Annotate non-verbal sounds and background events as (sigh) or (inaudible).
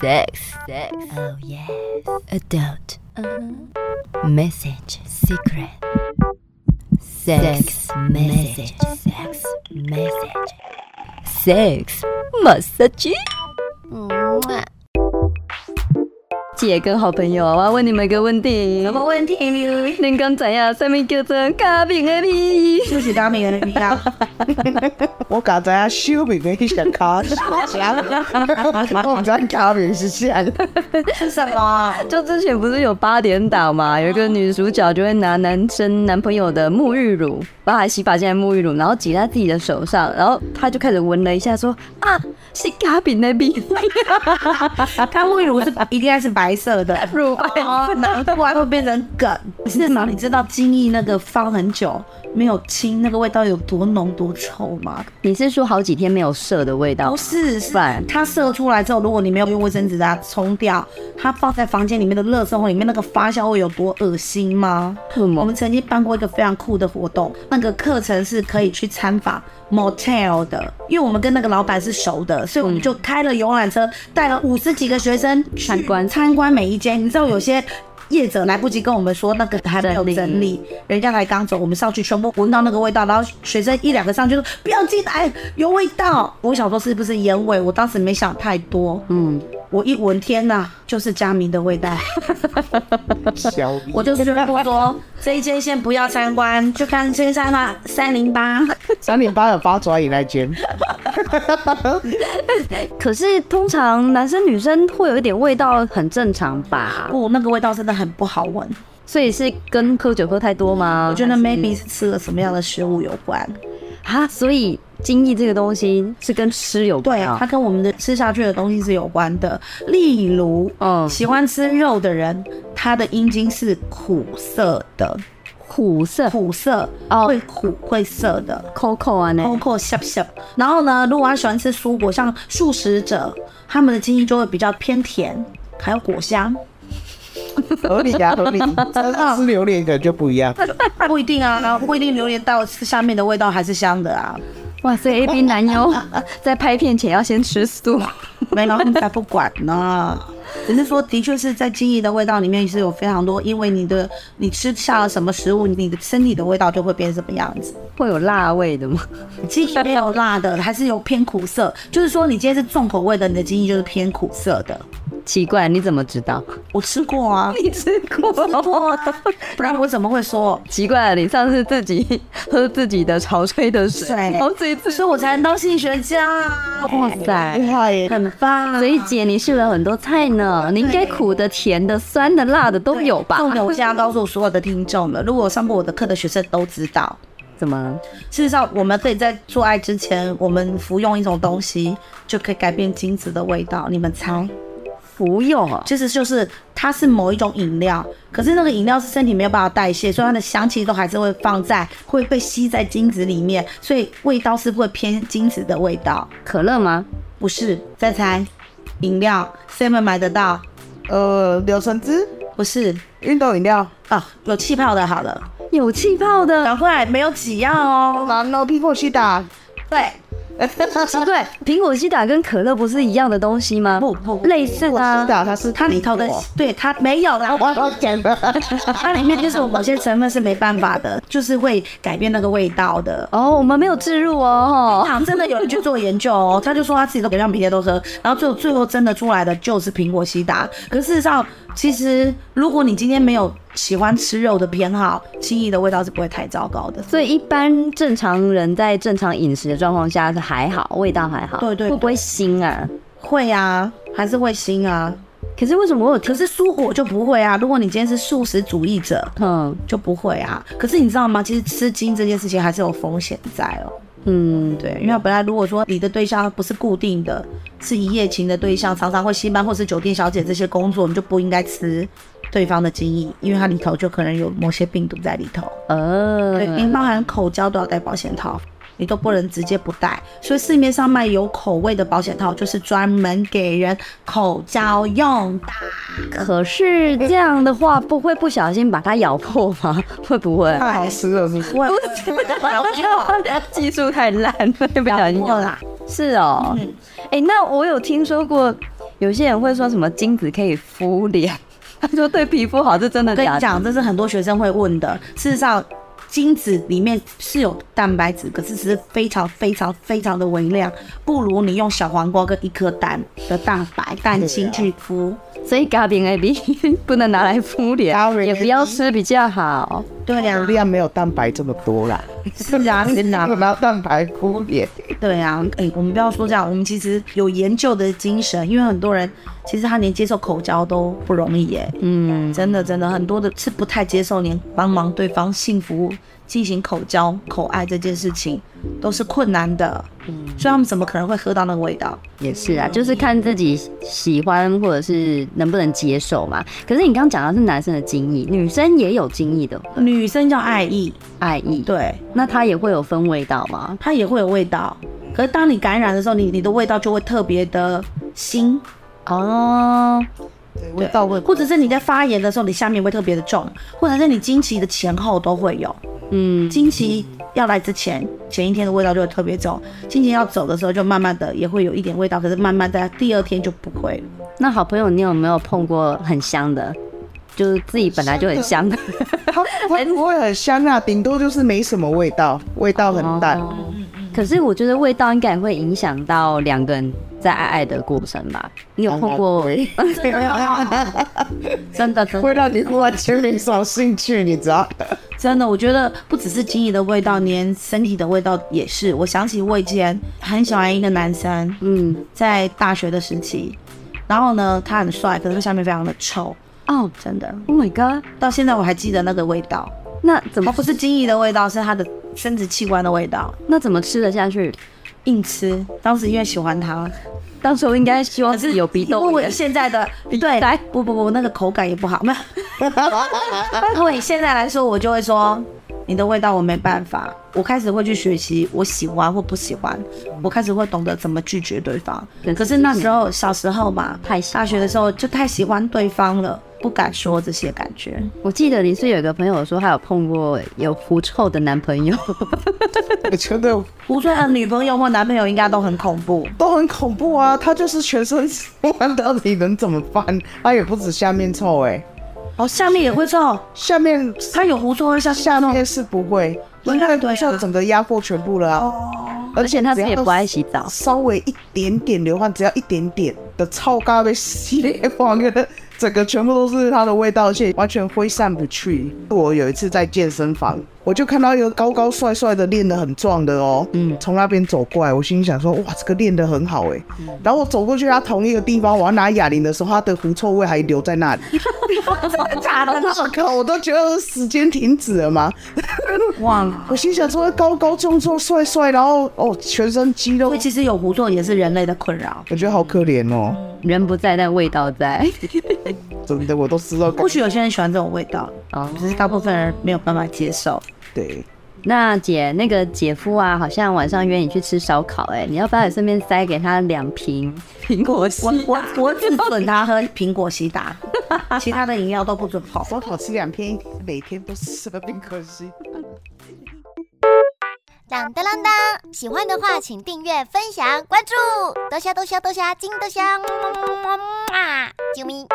Sex, sex, oh yes. Uh-huh. Adult, message, secret. Sex, message, sex, message. Sex, massage. 姐跟好朋友，我要问你们一个问题。么问题？恁敢知影啥物叫做卡片的味？就是当面的味啊道。我刚才小妹妹想卡，我们在卡面是这样，是什么？就之前不是有八点档嘛，有一个女主角就会拿男生男朋友的沐浴乳，包含洗发精的沐浴乳，然后挤在自己的手上，然后她就开始闻了一下说，啊是卡比那边它沐浴乳是一定要是白色的，乳白哦，难怪会变成梗。至少你知道精益那个放很久没有清，那个味道有多浓多臭吗？你是说好几天没有射的味道不？是，是饭它射出来之后，如果你没有用卫生纸把它冲掉，它放在房间里面的垃圾桶里面那个发酵会有多恶心吗？什我么？们曾经办过一个非常酷的活动，那个课程是可以去参访 motel 的，因为我们跟那个老板是熟的，所以我们就开了游览车，带了五十几个学生去参观参观每一间。你知道有些。业者来不及跟我们说那个还没有整理整理，人家才刚走，我们上去全部闻到那个味道，然后学生一两个上去说不要进来，有味道。我想说是不是烟味，我当时没想太多，嗯，我一闻天呐，就是佳明的味道。小妹我就是说，这一间先不要参观，就看先参观三零八。三点八的八爪鱼那间，可是通常男生女生会有一点味道，很正常吧？不，哦那个味道真的很不好闻。所以是跟喝酒喝太多吗？我觉得 maybe 是吃了什么样的食物有关。啊，所以精液这个东西是跟吃有关对，啊它。跟我们的吃下去的东西是有关的。例如，嗯，喜欢吃肉的人，他的阴茎是苦涩的，苦涩苦涩嗯哦会苦会涩的。 ，Coco 啊呢包？括下下，然后呢，如果他喜欢吃蔬果，像素食者，他们的基因就会比较偏甜，还有果香。合理啊合理，但是吃榴莲可能就不一样，不一定啊，然后不一定榴莲到吃下面的味道还是香的啊。 (laughs) 哇 (laughs) 塞，A B 男优在拍片前要先吃素。没有，才不管呢。只是说，的确是在精益的味道里面是有非常多，因为你的你吃下了什么食物，你的身体的味道就会变成什么样子。会有辣味的吗？精益没有辣的，还是有偏苦涩，就是说你今天是重口味的，你的精益就是偏苦涩的。奇怪，你怎么知道？我吃过啊， (laughs) 你吃过？不然我怎么会说？奇怪了，你上次自己喝自己的潮吹的水，对然后这一次所以我才能当心理学家啊，哇塞！厉害耶，很棒。所以姐，你试了很多菜呢，你应该苦的、甜的、酸的、辣的都有吧？重点我现在告诉所有的听众了，如果上过我的课的学生都知道，怎么？事实上，我们可以在做爱之前，我们服用一种东西就可以改变精子的味道。你们哦猜？服用啊？其实就是它是某一种饮料，可是那个饮料是身体没有办法代谢，所以它的香气都还是会放在，会被吸在精子里面，所以味道是不会偏精子的味道。可乐吗？不是，再猜，饮料 seven 买得到？呃，柳橙汁，不是运动饮料，啊，有气泡的，好了，有气泡的，赶快，没有几样哦。拿 no people 去打，对，不对，苹果西打跟可乐不是一样的东西吗？不不不类似我啊知。道它是它里头的苹果，对它没有啦，我我讲的，它里面就是有某些成分是没办法的，就是会改变那个味道的。哦，我们没有置入哦。啊，真的有人去做研究哦，他就说他自己都给让每天都喝，然后最后最后真的出来的就是苹果西达。可是事实上，其实如果你今天没有喜欢吃肉的偏好，轻易的味道是不会太糟糕的。所以一般正常人在正常饮食的状况下是还好，味道还好。对对对会不会腥啊？会啊，还是会腥啊。可是为什么我有可听？是蔬果就不会啊。如果你今天是素食主义者，嗯就不会啊。可是你知道吗？其实吃惊这件事情还是有风险在哦。嗯，对，因为本来如果说你的对象不是固定的，是一夜情的对象，常常会戏班或是酒店小姐这些工作，你就不应该吃对方的精液，因为它里头就可能有某些病毒在里头。对，呃，连包含口交都要戴保险套，你都不能直接不戴。所以市面上卖有口味的保险套，就是专门给人口交用的。可是这样的话不会不小心把它咬破吗？ (laughs) 会不会？太好吃了，是不是？我不技术太烂了，不小心要啦，是哦，哎、那我有听说过有些人会说什么精子可以敷脸，他说对皮肤好，这真的跟假你的？讲，这是很多学生会问的。事实上，精子里面是有蛋白质，可是只是非常非常非常的微量，不如你用小黄瓜跟一颗蛋的蛋白蛋清去敷。所以嘎饼 A B 不能拿来敷脸嘎饼，也不要吃比较好。对呀、量没有蛋白这么多啦，是啊，是啊我，拿蛋白敷脸，对啊，哎、我们不要说这样，我们其实有研究的精神，因为很多人其实他连接受口交都不容易耶、嗯，真的真的很多的是不太接受连帮忙对方性服务、进行口交、口爱这件事情都是困难的，嗯，所以他们怎么可能会喝到那个味道？也是啊，就是看自己喜欢或者是能不能接受嘛。可是你刚刚讲的是男生的精液，女生也有精液的女生叫爱意，爱意，，对，那它也会有分味道吗？它也会有味道，可是当你感染的时候，你你的味道就会特别的腥，哦，味道会或者是你在发炎的时候，你下面会特别的重，或者是你经期的前后都会有。嗯，经期要来之前，前一天的味道就会特别重；经期要走的时候，就慢慢的也会有一点味道，可是慢慢在第二天就不会了。那好朋友，你有没有碰过很香的？就是自己本来就很香的，它会不会很香啊？顶多就是没什么味道，味道很淡。哦可是我觉得味道应该也会影响到两个人在爱爱的过程吧。你有碰过？ (laughs) 真的，真的会让你忽然间没什么兴趣，你知道？真的，我觉得不只是精液的味道，连身体的味道也是。我想起我以前很喜欢一个男生，嗯，在大学的时期，然后呢，他很帅，可是下面非常的臭，哦真的， ，Oh my god，到现在我还记得那个味道，那怎它么不是精液的味道，是他的生殖器官的味道，那怎么吃得下去？硬吃。当时因为喜欢他，当时我应该希哦望自己有鼻因窦为我炎，现在的对来，不不不，那个口感也不好。没有， (laughs) 如果以现在来说，我就会说你的味道我没办法。我开始会去学习我喜欢或不喜欢，我开始会懂得怎么拒绝对方对。可是那时候小时候嘛，太喜欢大学的时候就太喜欢对方了，不敢说这些感觉。我记得你是有一个朋友说，他有碰过有狐臭的男朋友， (laughs) 我觉得胡帅的女朋友或男朋友应该都很恐怖。都很恐怖啊！他就是全身 (laughs) 湿，到底能怎么办？他也不止下面臭哎、哦，下面也会臭，下面他有狐臭会像下 (laughs) 面是不会，对啊应该不像整个压迫全部了啊。而而且他自己也不爱洗澡，稍微一点点流汗，只要一点点的臭咖被 (laughs) 吸光了，整个全部都是它的味道，而且完全挥散不去。我有一次在健身房，我就看到一个高高帅帅的练得很壮的哦，嗯，从那边走过来，我心里想说，哇，这个练得很好哎。嗯然后我走过去他同一个地方，我要拿哑铃的时候，他的狐臭味还留 (laughs) 在那里。假 (laughs) 的，我靠，我都觉得时间停止了吗？哇！我心想说，高高壮壮帅帅，然后哦，全身肌肉所以，其实有狐臭也是人类的困扰。我觉得好可怜哦。人不在但味道 (laughs) 在。真的，我都知道。或许有些人喜欢这种味道，哦，只是大部分人没有办法接受。对，那姐那个姐夫啊，好像晚上约你去吃烧烤、哎，你要不要也顺便塞给他两瓶苹果西我？我我只准他喝苹果西达，其他的饮料都不准碰。烧烤吃两片，每天都是吃冰可惜。当当当当！喜欢的话，请订阅、分享、关注，多虾多虾多虾，金多虾，么么么么么啊！啾咪。